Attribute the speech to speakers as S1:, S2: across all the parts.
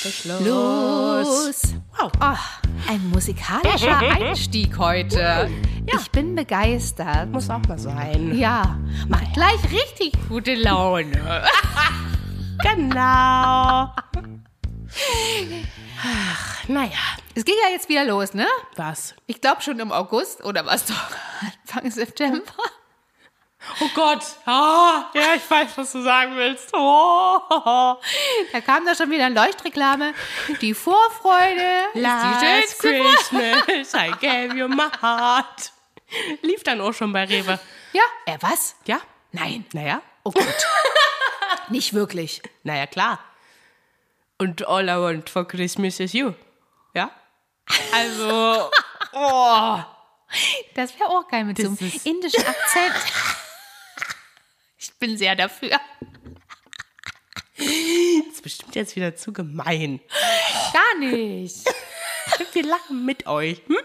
S1: gleich los. los.
S2: Wow. Oh, ein musikalischer Einstieg heute.
S1: Uh.
S2: Ja. Ich bin begeistert.
S1: Muss auch mal sein.
S2: Ja, macht gleich richtig gute Laune.
S1: genau. Ach, naja.
S2: Es ging ja jetzt wieder los, ne?
S1: Was?
S2: Ich glaube schon im August oder was doch Anfang September.
S1: Oh Gott, ah, ja, ich weiß, was du sagen willst. Oh, oh, oh.
S2: Da kam da schon wieder eine Leuchtreklame. Die Vorfreude
S1: Last ist die Christmas, I gave you my heart. Lief dann auch schon bei Rewe.
S2: Ja, äh, was?
S1: Ja?
S2: Nein.
S1: Naja.
S2: Oh Gott. Nicht wirklich.
S1: Naja, klar. Und all I want for Christmas is you. Ja? Also, oh.
S2: Das wäre auch geil mit so einem indischen Akzent. Ich bin sehr dafür.
S1: Das ist bestimmt jetzt wieder zu gemein.
S2: Gar nicht.
S1: Wir lachen mit euch. Hm?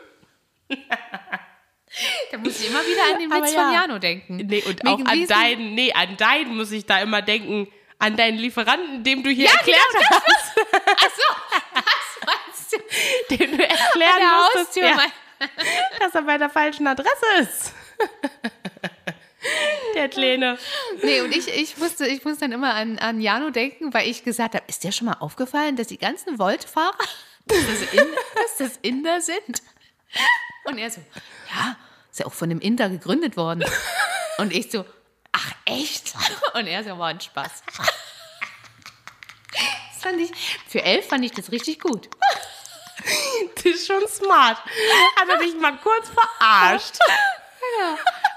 S2: Da muss ich immer wieder an den Witz
S1: ja.
S2: von Jano denken.
S1: Nee, und
S2: Wegen
S1: auch an
S2: diesem-
S1: deinen, nee, an deinen muss ich da immer denken. An deinen Lieferanten, dem du hier
S2: Ja,
S1: erklärt hast.
S2: Achso, was meinst du?
S1: Dem du
S2: An
S1: erklären
S2: der
S1: musstest,
S2: Haustür.
S1: ja,
S2: mein-
S1: dass er bei der falschen Adresse ist. Der Kleine.
S2: Nee, und ich, ich, musste, ich musste dann immer an, an Jano denken, weil ich gesagt habe, ist dir schon mal aufgefallen, dass die ganzen Voltfahrer, dass das, in, dass das Inder sind? Und er so, ja, ist ja auch von einem Inder gegründet worden. Und ich so, ach echt? Und er so, war ein Spaß. Das fand ich, für elf fand ich das richtig gut.
S1: Das ist schon smart. Hat er dich mal kurz verarscht.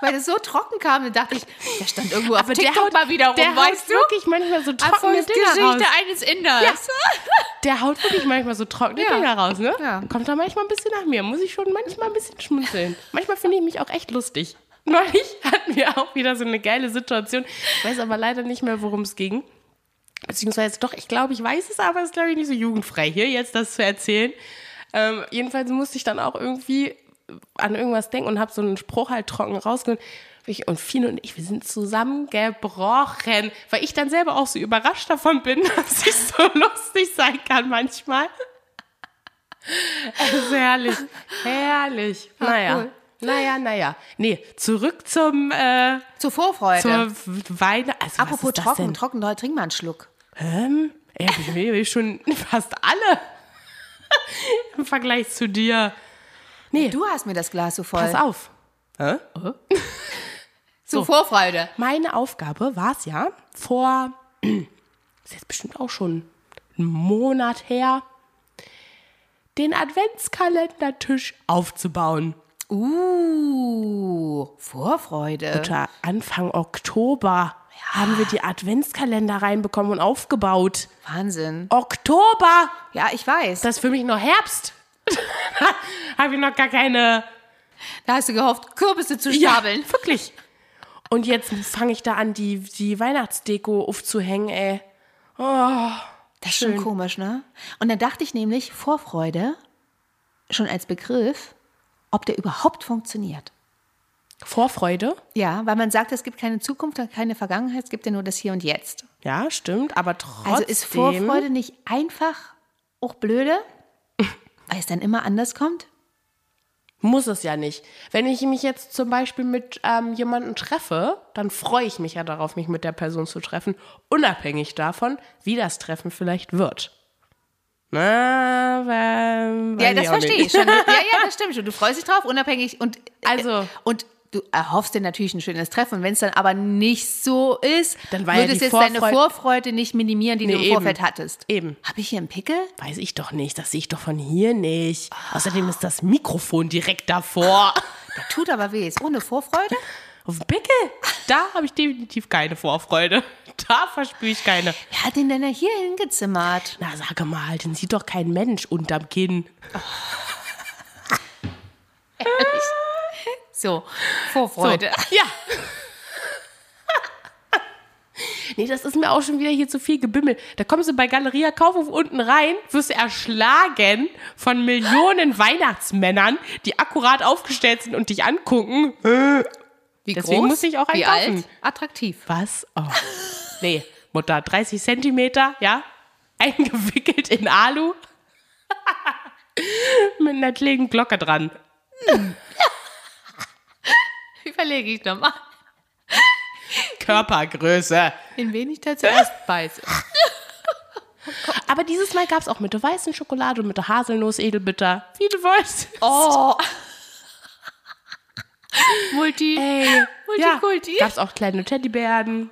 S2: Weil das so trocken kam, dann dachte ich, der stand irgendwo auf
S1: Aber der
S2: TikTok
S1: haut-
S2: mal wieder rum,
S1: Der
S2: weißt
S1: haut
S2: du?
S1: wirklich manchmal so trockene Dinger raus.
S2: Erfolgsgeschichte eines Inders.
S1: Der haut wirklich manchmal so trockene
S2: Ja.
S1: Dinger raus, ne?
S2: Ja.
S1: Kommt da manchmal ein bisschen nach mir. Muss ich schon manchmal ein bisschen schmunzeln. Manchmal finde ich mich auch echt lustig. Neulich hatten wir auch wieder so eine geile Situation. Ich weiß aber leider nicht mehr, worum es ging. Beziehungsweise doch, ich glaube, ich weiß es, aber es ist, glaube ich, nicht so jugendfrei, hier jetzt das zu erzählen. Ähm, jedenfalls musste ich dann auch irgendwie an irgendwas denken und habe so einen Spruch halt trocken rausgeholt. Ich- Und Fien und ich, wir sind zusammengebrochen, weil ich dann selber auch so überrascht davon bin, dass ich so lustig sein kann manchmal. Es ist herrlich, herrlich. Naja,
S2: cool.
S1: naja, naja. Nee, zurück zum, äh,
S2: Zur Vorfreude.
S1: zur Weine. Also, was
S2: Apropos
S1: ist das
S2: trocken,
S1: denn?
S2: trocken, Leute, trink mal einen Schluck.
S1: Ähm, ey, ich will ich schon fast alle im Vergleich zu dir.
S2: Du hast mir das Glas so voll.
S1: Pass auf.
S2: Zur Vorfreude.
S1: Meine Aufgabe war es ja vor, ist jetzt bestimmt auch schon einen Monat her, den Adventskalendertisch aufzubauen.
S2: Uh, Vorfreude.
S1: Tja, Anfang Oktober haben wir die Adventskalender reinbekommen und aufgebaut.
S2: Wahnsinn.
S1: Oktober!
S2: Ja, ich weiß.
S1: Das ist für mich noch Herbst. Habe ich noch gar keine
S2: Da hast du gehofft, Kürbisse zu stapeln.
S1: Ja, wirklich. Und jetzt fange ich da an, die, die Weihnachtsdeko aufzuhängen, ey.
S2: das ist schon komisch, ne? Und dann dachte ich nämlich, Vorfreude, schon als Begriff, ob der überhaupt funktioniert.
S1: Vorfreude.
S2: Ja, weil man sagt, es gibt keine Zukunft und keine Vergangenheit, es gibt ja nur das Hier und Jetzt.
S1: Ja, stimmt, aber trotzdem.
S2: Also ist Vorfreude nicht einfach auch blöde, weil es dann immer anders kommt?
S1: Muss es ja nicht. Wenn ich mich jetzt zum Beispiel mit ähm, jemandem treffe, dann freue ich mich ja darauf, mich mit der Person zu treffen, unabhängig davon, wie das Treffen vielleicht wird. Na, ähm, weiß
S2: Ja, das
S1: auch
S2: verstehe
S1: nicht.
S2: ich schon. Ja, ja, das stimmt schon. Du freust dich drauf, unabhängig und
S1: Also-
S2: äh, und du erhoffst dir natürlich ein schönes Treffen. Und wenn es dann aber nicht so ist,
S1: Dann war
S2: wird
S1: ja
S2: es
S1: die
S2: jetzt deine
S1: Vorfreude-
S2: Vorfreude nicht minimieren, die du
S1: Nee,
S2: im Vorfeld
S1: eben.
S2: hattest.
S1: Eben.
S2: Habe ich hier einen Pickel?
S1: Weiß ich doch nicht, das sehe ich doch von hier nicht.
S2: Ah.
S1: Außerdem ist das Mikrofon direkt davor.
S2: Der tut aber weh. Ist ohne Vorfreude?
S1: Auf den Pickel? Da habe ich definitiv keine Vorfreude. Da verspüre ich keine.
S2: Wer hat den denn da hier hingezimmert?
S1: Na, sage mal, den sieht doch kein Mensch unterm Kinn.
S2: So, Vorfreude.
S1: Ja. Nee, das ist mir auch schon wieder hier zu viel gebimmel. Da kommst du bei Galeria Kaufhof unten rein, wirst erschlagen von Millionen Weihnachtsmännern, die akkurat aufgestellt sind und dich angucken.
S2: Wie
S1: Deswegen
S2: groß?
S1: muss ich auch
S2: Wie
S1: einkaufen.
S2: alt? Attraktiv.
S1: Was? Oh. Nee, Mutter, 30 Zentimeter, ja? eingewickelt in Alu mit einer kleinen Glocke dran.
S2: Überlege ich nochmal,
S1: Körpergröße.
S2: in wen ich da zuerst beiße.
S1: Aber dieses Mal gab es auch mit der weißen Schokolade und mit der Haselnuss edelbitter. Wie du wolltest.
S2: Oh. Multi.
S1: Ey,
S2: Multikulti.
S1: Ja, gab es auch kleine Teddybären.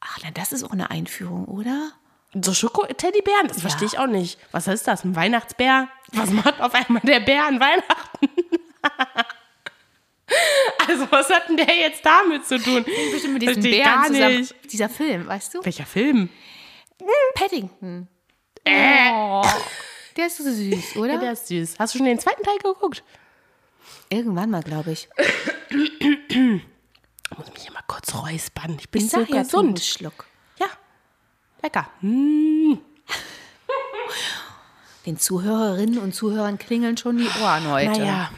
S2: Ach, na, das ist auch eine Einführung, oder?
S1: So Schoko-Teddybären, das verstehe ich auch nicht. Was ist das? Ein Weihnachtsbär? Was macht auf einmal der Bär an Weihnachten? also, was hat denn der jetzt damit zu tun?
S2: Bestimmt mit
S1: diesem
S2: diesem
S1: Verstehe ich Bären
S2: Bären
S1: gar zusammen.
S2: zusammen.
S1: nicht.
S2: Dieser Film, weißt du?
S1: Welcher Film?
S2: Paddington. Oh.
S1: Äh.
S2: Der ist so süß,
S1: Ja,
S2: oder?
S1: der ist süß. Hast du schon den zweiten Teil geguckt?
S2: Irgendwann mal, glaube ich.
S1: Ich muss mich immer kurz räuspern. Ich bin
S2: Ich
S1: so
S2: sag ja, so
S1: gesund.
S2: Schluck.
S1: Ja, lecker.
S2: Den Zuhörerinnen und Zuhörern klingeln schon die Ohren heute.
S1: Naja.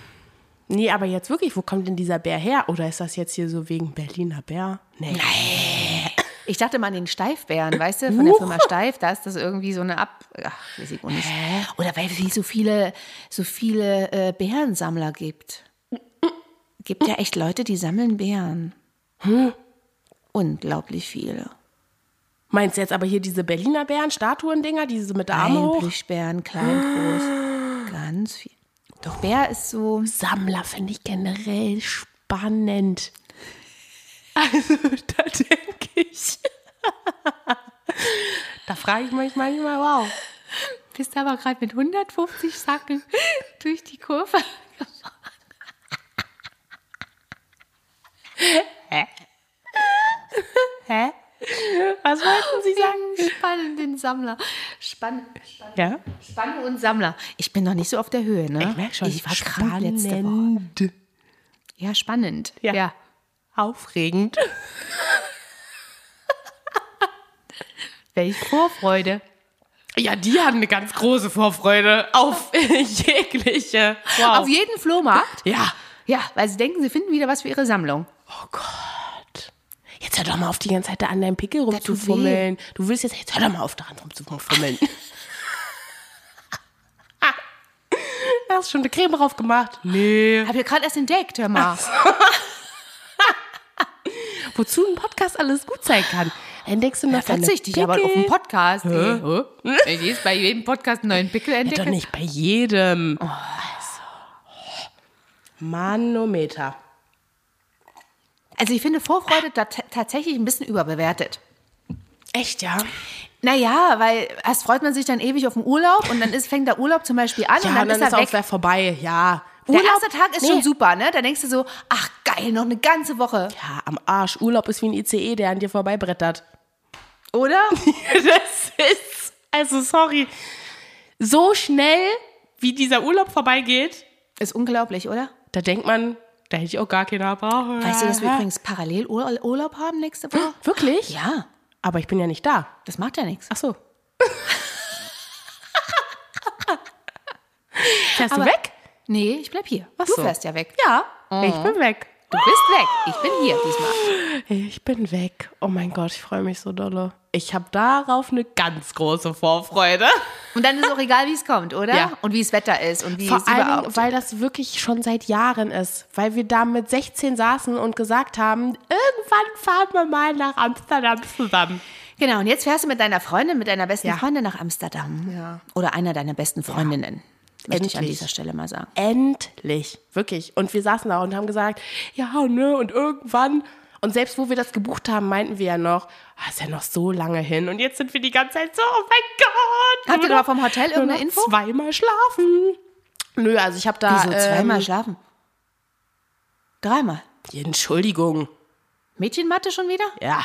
S1: Nee, aber jetzt wirklich, wo kommt denn dieser Bär her? Oder ist das jetzt hier so wegen Berliner Bär? Nee.
S2: Ich dachte mal an den Steifbären, weißt du, von der Firma Steif, da ist das irgendwie so eine Ab... Ach, weiß ich auch nicht. Oder weil es so viele, so viele äh, Bärensammler gibt. Gibt ja echt Leute, die sammeln Bären. Unglaublich viele.
S1: Meinst du jetzt aber hier diese Berliner Bären, Statuen-Dinger, diese mit der Arme hoch?
S2: Einblichbären, klein, groß. Ganz viel. Doch Bär ist so...
S1: Sammler finde ich generell spannend. Also, da denke ich. da frage ich mich manchmal, wow.
S2: Bist aber gerade mit 150 Sacken durch die Kurve.
S1: Hä? Was wollten Sie sagen?
S2: Spannenden Sammler. Spannend.
S1: Oh, Ja?
S2: Spannung und Sammler. Ich bin noch nicht so auf der Höhe, ne?
S1: Ich merke schon,
S2: Ich war krank letzte Woche.
S1: spannend.
S2: Ja, spannend.
S1: Ja.
S2: Ja.
S1: Aufregend.
S2: Welch Vorfreude.
S1: Ja, die haben eine ganz große Vorfreude auf jegliche. Wow.
S2: Auf jeden Flohmarkt.
S1: ja.
S2: Ja, weil sie denken, sie finden wieder was für ihre Sammlung.
S1: Oh Gott. Jetzt hör doch mal auf, die ganze Zeit da an deinem Pickel rumzufummeln. Du willst jetzt, jetzt hör doch mal auf, daran rumzufummeln. Ah. Hast schon eine Creme drauf gemacht? Nee.
S2: Hab ihr gerade erst entdeckt, hör mal.
S1: Wozu ein Podcast alles gut sein kann. Entdeckst du noch deine
S2: Tatsächlich,
S1: Pickel?
S2: aber auf dem Podcast. Ey.
S1: Hä?
S2: Ich lese bei jedem Podcast einen neuen Pickel
S1: Ja,
S2: entdecken.
S1: doch nicht bei jedem. Oh. Also. Manometer.
S2: Also ich finde Vorfreude da ta- tatsächlich ein bisschen überbewertet.
S1: Echt, ja?
S2: Naja, weil erst freut man sich dann ewig auf den Urlaub und dann ist, fängt der Urlaub zum Beispiel an
S1: Ja,
S2: und dann, ist er
S1: auch
S2: weg.
S1: wer vorbei. Ja.
S2: Der erste Tag ist
S1: Nee.
S2: schon super, ne? Da denkst du so, ach geil, noch eine ganze Woche.
S1: Ja, am Arsch. Urlaub ist wie ein ICE, der an dir vorbeibrettert.
S2: Oder?
S1: das ist. Also, sorry. So schnell, wie dieser Urlaub vorbeigeht,
S2: Ist unglaublich, oder?
S1: da denkt man, da hätte ich auch gar keine Abraham.
S2: Weißt du, dass wir übrigens parallel Ur Urlaub haben nächste Woche?
S1: Wirklich?
S2: Ja,
S1: Aber ich bin ja nicht da.
S2: das macht ja nichts.
S1: Ach so. Fährst du
S2: Aber-
S1: weg?
S2: Nee, ich bleib hier.
S1: Ach
S2: du
S1: so.
S2: fährst ja Mhm. weg.
S1: Ja. Ich bin weg.
S2: Du bist weg. Ich bin hier diesmal.
S1: Ich bin weg. Oh mein Gott, ich freue mich so dolle. Ich habe darauf eine ganz große Vorfreude.
S2: Und dann ist auch egal, wie es kommt, oder?
S1: Ja.
S2: Und wie es Wetter ist und wie es
S1: Vor allem,
S2: überhaupt.
S1: weil das wirklich schon seit Jahren ist. Weil wir da mit 16 saßen und gesagt haben, irgendwann fahren wir mal nach Amsterdam zusammen.
S2: Genau, und jetzt fährst du mit deiner Freundin, mit deiner besten
S1: Ja.
S2: Freundin nach Amsterdam. Ja. Oder einer deiner besten Freundinnen. Möchte ich an
S1: Endlich.
S2: dieser Stelle mal sagen.
S1: Endlich. Wirklich. Und wir saßen da und haben gesagt, ja, ne, und irgendwann. Und selbst wo wir das gebucht haben, meinten wir ja noch, ah, ist ja noch so lange hin. Und jetzt sind wir die ganze Zeit so, oh mein Gott.
S2: Habt ihr
S1: Nur
S2: da vom Hotel
S1: noch- nur
S2: irgendeine
S1: noch
S2: Info?
S1: Zweimal schlafen. Nö, also ich habe da.
S2: Wieso zweimal
S1: ähm,
S2: schlafen? Dreimal.
S1: Entschuldigung.
S2: Mädchenmatte schon wieder?
S1: Ja.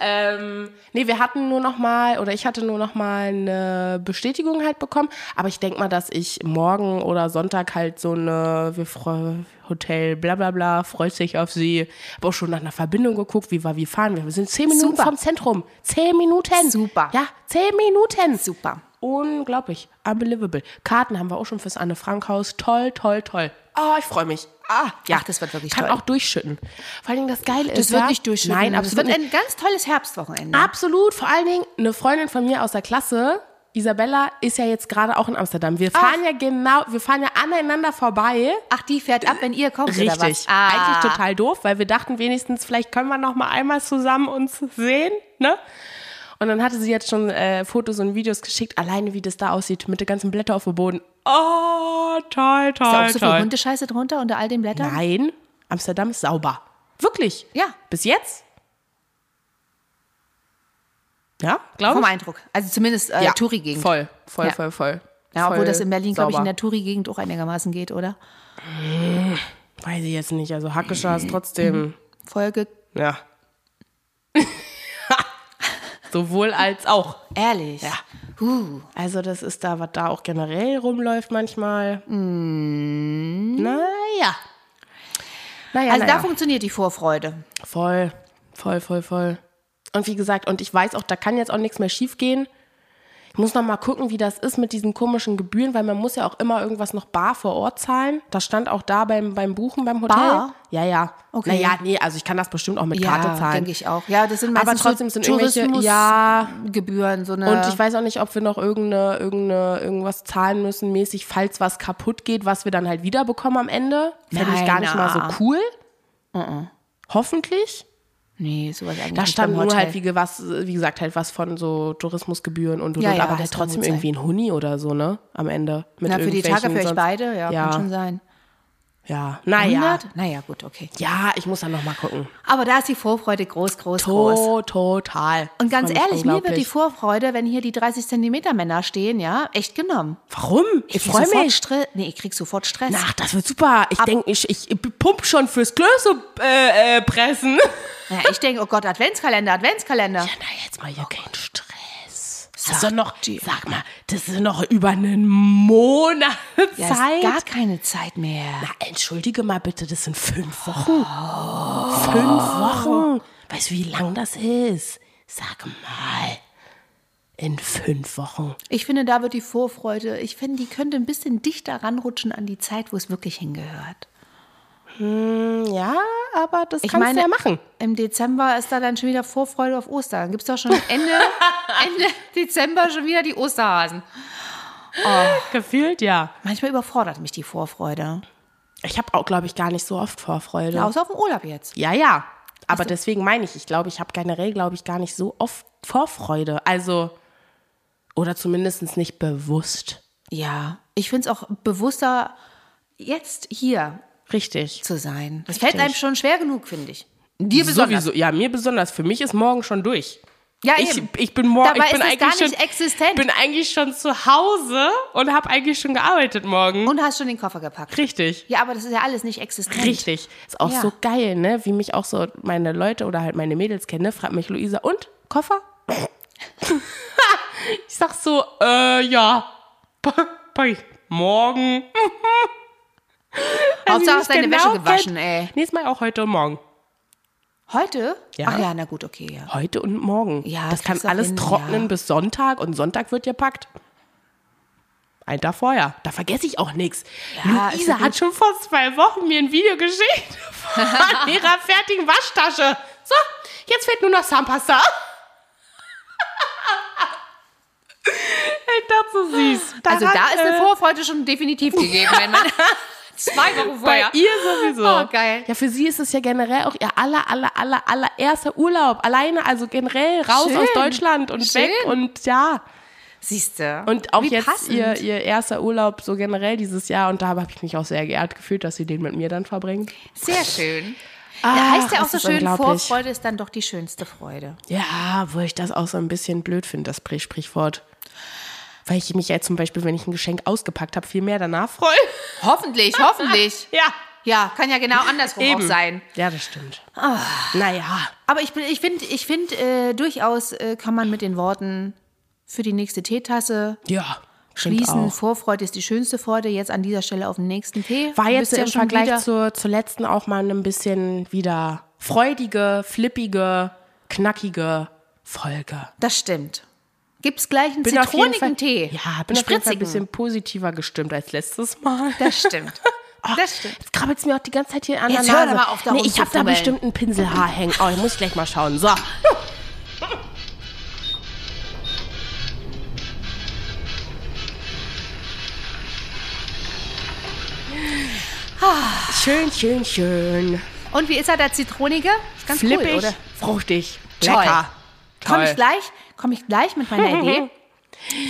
S1: ähm, nee, wir hatten nur noch mal, oder ich hatte nur noch mal eine Bestätigung halt bekommen. Aber ich denke mal, dass ich morgen oder Sonntag halt so eine wir freu, Hotel, bla bla bla, freut sich auf sie. Habe auch schon nach einer Verbindung geguckt, wie war, wie fahren wir. Wir sind zehn Minuten
S2: Super.
S1: vom Zentrum. Zehn Minuten.
S2: Super.
S1: Ja, zehn Minuten.
S2: Super.
S1: Unglaublich. Unbelievable. Karten haben wir auch schon fürs Anne-Frank-Haus. Toll, toll, toll. Ah, ich freue mich. Ah,
S2: Ja, das wird wirklich
S1: kann
S2: toll.
S1: auch durchschütten. Vor allen Dingen das Geile ist.
S2: das wird
S1: ja-
S2: nicht durchschütteln.
S1: Nein,
S2: das wird
S1: absolut. Nicht. Ah.
S2: ein ganz tolles Herbstwochenende.
S1: Absolut. Vor allen Dingen, eine Freundin von mir aus der Klasse, Isabella, ist ja jetzt gerade auch in Amsterdam. Wir fahren ja genau, wir fahren ja aneinander vorbei.
S2: Ach, die fährt ab, wenn ihr kommt oder
S1: Richtig.
S2: was? Ah.
S1: Eigentlich total doof, weil wir dachten wenigstens, vielleicht können wir noch mal einmal zusammen uns sehen, ne? Und dann hatte sie jetzt schon äh, Fotos und Videos geschickt, alleine wie das da aussieht, mit den ganzen Blättern auf dem Boden. Oh, toll, toll,
S2: Ist auch so viel
S1: toll.
S2: Hundescheiße drunter unter all den Blättern?
S1: Nein, Amsterdam ist sauber. Wirklich.
S2: Ja.
S1: Bis jetzt? Ja, glaube
S2: Vom
S1: ich.
S2: Eindruck. Also zumindest äh, Touri-Gegend.
S1: Voll, voll,
S2: Ja.
S1: voll, voll.
S2: Ja, obwohl
S1: Voll
S2: das in Berlin, glaube ich, in
S1: sauber.
S2: der Touri-Gegend auch einigermaßen geht, oder?
S1: Weiß ich jetzt nicht. Also Hackescher
S2: Mhm.
S1: ist trotzdem.
S2: Folge.
S1: Ja. Sowohl als auch.
S2: Ehrlich. Ja. Uh.
S1: Also, das ist da, was da auch generell rumläuft manchmal.
S2: Mhm.
S1: Naja. Naja,
S2: Also da
S1: naja.
S2: funktioniert die Vorfreude.
S1: voll, voll, voll, voll. Und wie gesagt, und ich weiß auch, da kann jetzt auch nichts mehr schiefgehen. Ich muss noch mal gucken, wie das ist mit diesen komischen Gebühren, weil man muss ja auch immer irgendwas noch bar vor Ort zahlen. Das stand auch da beim, beim Buchen beim Hotel.
S2: Bar?
S1: Ja, ja.
S2: Okay.
S1: Naja, nee, also ich kann das bestimmt auch mit Karte
S2: ja,
S1: zahlen.
S2: denke ich auch. Ja, das sind meistens
S1: Aber trotzdem
S2: so
S1: sind irgendwelche,
S2: Tourismus- äh,
S1: ja,
S2: Gebühren, so eine.
S1: und ich weiß auch nicht, ob wir noch irgendeine, irgendeine, irgendwas zahlen müssen, mäßig, falls was kaputt geht, was wir dann halt wiederbekommen am Ende. Fände ich
S2: Nein,
S1: gar nicht mal so
S2: na.
S1: cool. Hoffentlich.
S2: nee, sowas eigentlich
S1: Da
S2: nicht
S1: stand
S2: beim
S1: nur
S2: Hotel.
S1: halt, wie, ge- was, wie gesagt, halt was von so Tourismusgebühren und, und,
S2: Ja,
S1: und
S2: ja,
S1: aber
S2: das
S1: halt
S2: kann
S1: trotzdem
S2: gut sein.
S1: irgendwie ein Huni oder so, ne? Am Ende. Mit
S2: Na, für die Tage
S1: irgendwelchen
S2: für euch
S1: sonst-
S2: beide, ja,
S1: Ja,
S2: kann schon sein.
S1: ja. Naja.
S2: 100? Naja, gut, okay.
S1: Ja, ich muss dann nochmal gucken.
S2: Aber da ist die Vorfreude groß, groß, groß.
S1: To total.
S2: Und ganz
S1: Fand ich
S2: ehrlich, mir wird die
S1: unglaublich.
S2: Vorfreude, wenn hier die 30 Zentimeter Männer stehen, ja, echt genommen.
S1: Warum? Ich, freue
S2: sofort
S1: mich.
S2: Stress. Nee, ich krieg sofort Stress.
S1: Ach, das wird super. Ich denke, ich, ich pump schon fürs Klöße äh, äh, pressen.
S2: Ja, ich denke, oh Gott, Adventskalender, Adventskalender.
S1: Na, jetzt mal hier keinen Stress. Sag, also noch,
S2: Oh dir.
S1: sag mal, das ist noch über einen Monat
S2: Ja,
S1: Zeit.
S2: ist gar keine Zeit mehr.
S1: Na, entschuldige mal bitte, das sind fünf Wochen. Oh. Fünf Wochen. Weißt du, wie lang das ist? Sag mal, in fünf Wochen.
S2: Ich finde, da wird die Vorfreude, ich finde, die könnte ein bisschen dichter ranrutschen an die Zeit, wo es wirklich hingehört.
S1: Mm, Ja, aber das
S2: Ich
S1: kannst
S2: meine,
S1: du ja machen.
S2: im Dezember ist da dann schon wieder Vorfreude auf Ostern. Dann gibt es doch schon Ende, Ende Dezember schon wieder die Osterhasen.
S1: Gefühlt, ja.
S2: Manchmal überfordert mich die Vorfreude.
S1: Ich habe auch, glaube ich, gar nicht so oft Vorfreude.
S2: Außer auf dem Urlaub jetzt.
S1: Ja, ja. Aber deswegen meine ich, ich glaube, ich habe generell, glaube ich, gar nicht so oft Vorfreude. Also, oder zumindest nicht bewusst.
S2: Ja, ich finde es auch bewusster, jetzt hier
S1: Richtig.
S2: zu sein. Das
S1: Richtig.
S2: fällt einem schon schwer genug, finde ich. Dir besonders.
S1: Sowieso. Ja, mir besonders. Für mich ist morgen schon durch.
S2: Ja,
S1: Ich,
S2: eben.
S1: ich bin morgen.
S2: Dabei
S1: ich bin
S2: ist es
S1: eigentlich
S2: gar nicht
S1: schon,
S2: existent.
S1: bin eigentlich schon zu Hause und habe eigentlich schon gearbeitet morgen.
S2: Und hast schon den Koffer gepackt.
S1: Richtig.
S2: Ja, aber das ist ja alles nicht existent.
S1: Richtig. Ist auch
S2: Ja.
S1: so geil, ne? Wie mich auch so meine Leute oder halt meine Mädels kennen, ne? Fragt mich Luisa, und? Koffer? ich sag so, äh, ja. Pack ich morgen. Also
S2: Hauptsache,
S1: ich
S2: hast deine
S1: genau
S2: Wäsche
S1: kenn-
S2: gewaschen, ey.
S1: Nächstes Mal auch heute und morgen.
S2: Heute?
S1: Ja.
S2: Ach ja, na gut, okay. Ja.
S1: Heute und morgen.
S2: Ja,
S1: das kann
S2: kriegst du
S1: alles
S2: hin,
S1: trocknen
S2: ja.
S1: bis Sonntag und Sonntag wird gepackt. Ein Tag vorher. Da vergesse ich auch nichts.
S2: Ja, ist ja
S1: Luisa hat schon vor zwei Wochen mir ein Video geschickt von ihrer fertigen Waschtasche. So, jetzt fehlt nur noch Zahnpasta. ich dachte, so süß.
S2: Also da
S1: Daran,
S2: ist eine
S1: äh,
S2: Vorfreude schon definitiv gegeben, wenn man zwei Wochen
S1: bei
S2: vorher.
S1: ihr sowieso.
S2: Oh, geil.
S1: Ja, für sie ist es ja generell auch ihr aller, aller, aller, aller erster Urlaub. Alleine, also generell raus
S2: Schön.
S1: aus Deutschland und
S2: Schön.
S1: weg und ja.
S2: Siehst du.
S1: Und auch
S2: Wie
S1: jetzt
S2: passend.
S1: ihr, ihr erster Urlaub so generell dieses Jahr. Und da habe ich mich auch sehr geehrt gefühlt, dass sie den mit mir dann verbringt.
S2: Sehr schön.
S1: Ach,
S2: da heißt ja auch
S1: es
S2: so
S1: Ah, ist
S2: schön,
S1: unglaublich.
S2: Vorfreude ist dann doch die schönste Freude.
S1: Ja, wo ich das auch so ein bisschen blöd finde, das Sprich- Sprichwort. Weil ich mich ja zum Beispiel, wenn ich ein Geschenk ausgepackt habe, viel mehr danach freue.
S2: Hoffentlich, hoffentlich.
S1: Ja,
S2: Ja, kann ja genau andersrum auch sein.
S1: Ja, das stimmt. Ah. Naja.
S2: Aber ich, bin- ich finde, ich find, äh, durchaus äh, kann man mit den Worten für die nächste Teetasse
S1: Ja. stimmt
S2: schließen.
S1: auch.
S2: Vorfreude ist die schönste Freude. Jetzt an dieser Stelle auf den nächsten Tee.
S1: War
S2: Du
S1: jetzt
S2: bist ja
S1: im
S2: schon
S1: Vergleich
S2: wieder-
S1: zur, zur letzten auch mal ein bisschen wieder freudige, flippige, knackige Folge.
S2: Das stimmt. Gibt's gleich einen
S1: auf jeden Fall-
S2: zitronigen Tee.
S1: Ja, bin auf jeden Fall ein
S2: Spritzigen.
S1: bisschen positiver gestimmt als letztes Mal.
S2: Das stimmt.
S1: ach,
S2: Das stimmt.
S1: Jetzt krabbelt es mir auch die ganze Zeit hier an
S2: Jetzt
S1: der
S2: hör
S1: Nase.
S2: doch mal auf, da
S1: nee, ich habe da
S2: rumzufummeln.
S1: bestimmt ein Pinselhaar hängen. Oh, ich muss gleich mal schauen. So. Ah. Schön, schön, schön.
S2: Und wie ist er, der Zitronige? Ist ganz
S1: Flippig,
S2: cool, oder?
S1: fruchtig,
S2: Toll.
S1: lecker.
S2: Komme ich
S1: Toll.
S2: gleich, komme ich gleich mit meiner Idee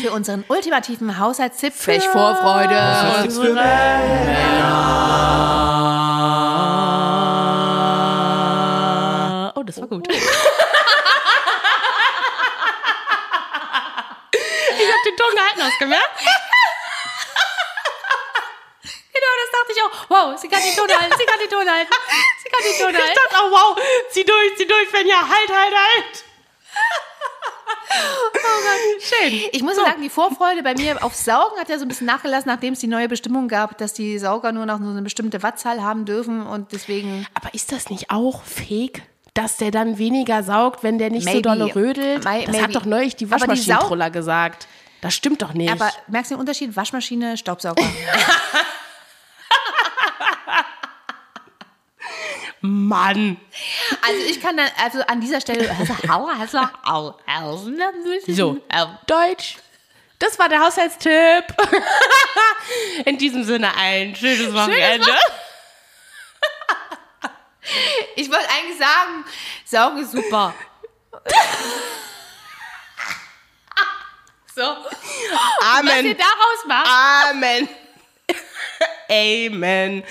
S2: für unseren ultimativen Haushaltstipp. Welch
S1: Was
S2: Vorfreude!
S1: ist für Männer? Oh, das war gut. ich hab den Ton gehalten, hast du gemerkt?
S2: Genau, das dachte ich auch. Wow, sie kann den Ton halten, sie kann den Ton halten, sie kann den Ton
S1: Ich
S2: halten.
S1: dachte, oh wow, zieh durch, zieh durch, Fenja, halt, halt, halt. Oh Schön.
S2: Ich muss sagen, die Vorfreude bei mir auf Saugen hat ja so ein bisschen nachgelassen, nachdem es die neue Bestimmung gab, dass die Sauger nur noch so eine bestimmte Wattzahl haben dürfen und deswegen
S1: Aber ist das nicht auch fake? Dass der dann weniger saugt, wenn der nicht so
S2: Maybe.
S1: dolle rödelt.
S2: May-
S1: das
S2: maybe.
S1: hat doch neulich die
S2: Aber die Sau-
S1: Waschmaschinentroller gesagt. Das stimmt doch nicht.
S2: Aber merkst du den Unterschied? Waschmaschine, Staubsauger.
S1: Mann.
S2: also ich kann dann, also an dieser Stelle, au, au, au,
S1: So,
S2: Oh.
S1: Deutsch. Das war der Haushaltstipp. In diesem Sinne ein schönes Wochenende.
S2: Ich wollte eigentlich sagen, Saugen ist super. so, was ihr
S1: Amen.
S2: daraus macht.
S1: Amen. Amen.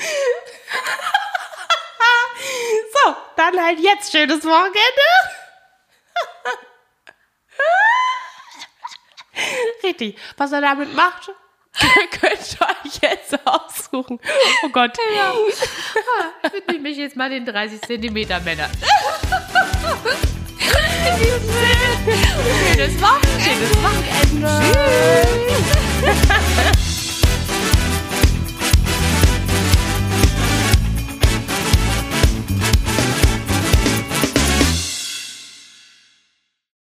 S1: So, dann halt jetzt schönes Wochenende. Richtig. Was er damit macht, könnt ihr euch jetzt aussuchen. Oh Gott.
S2: widme mich jetzt mal den 30 Zentimeter Männern. In diesem Sinne, Schönes Wochenende. Schönes Wochenende. Tschüss.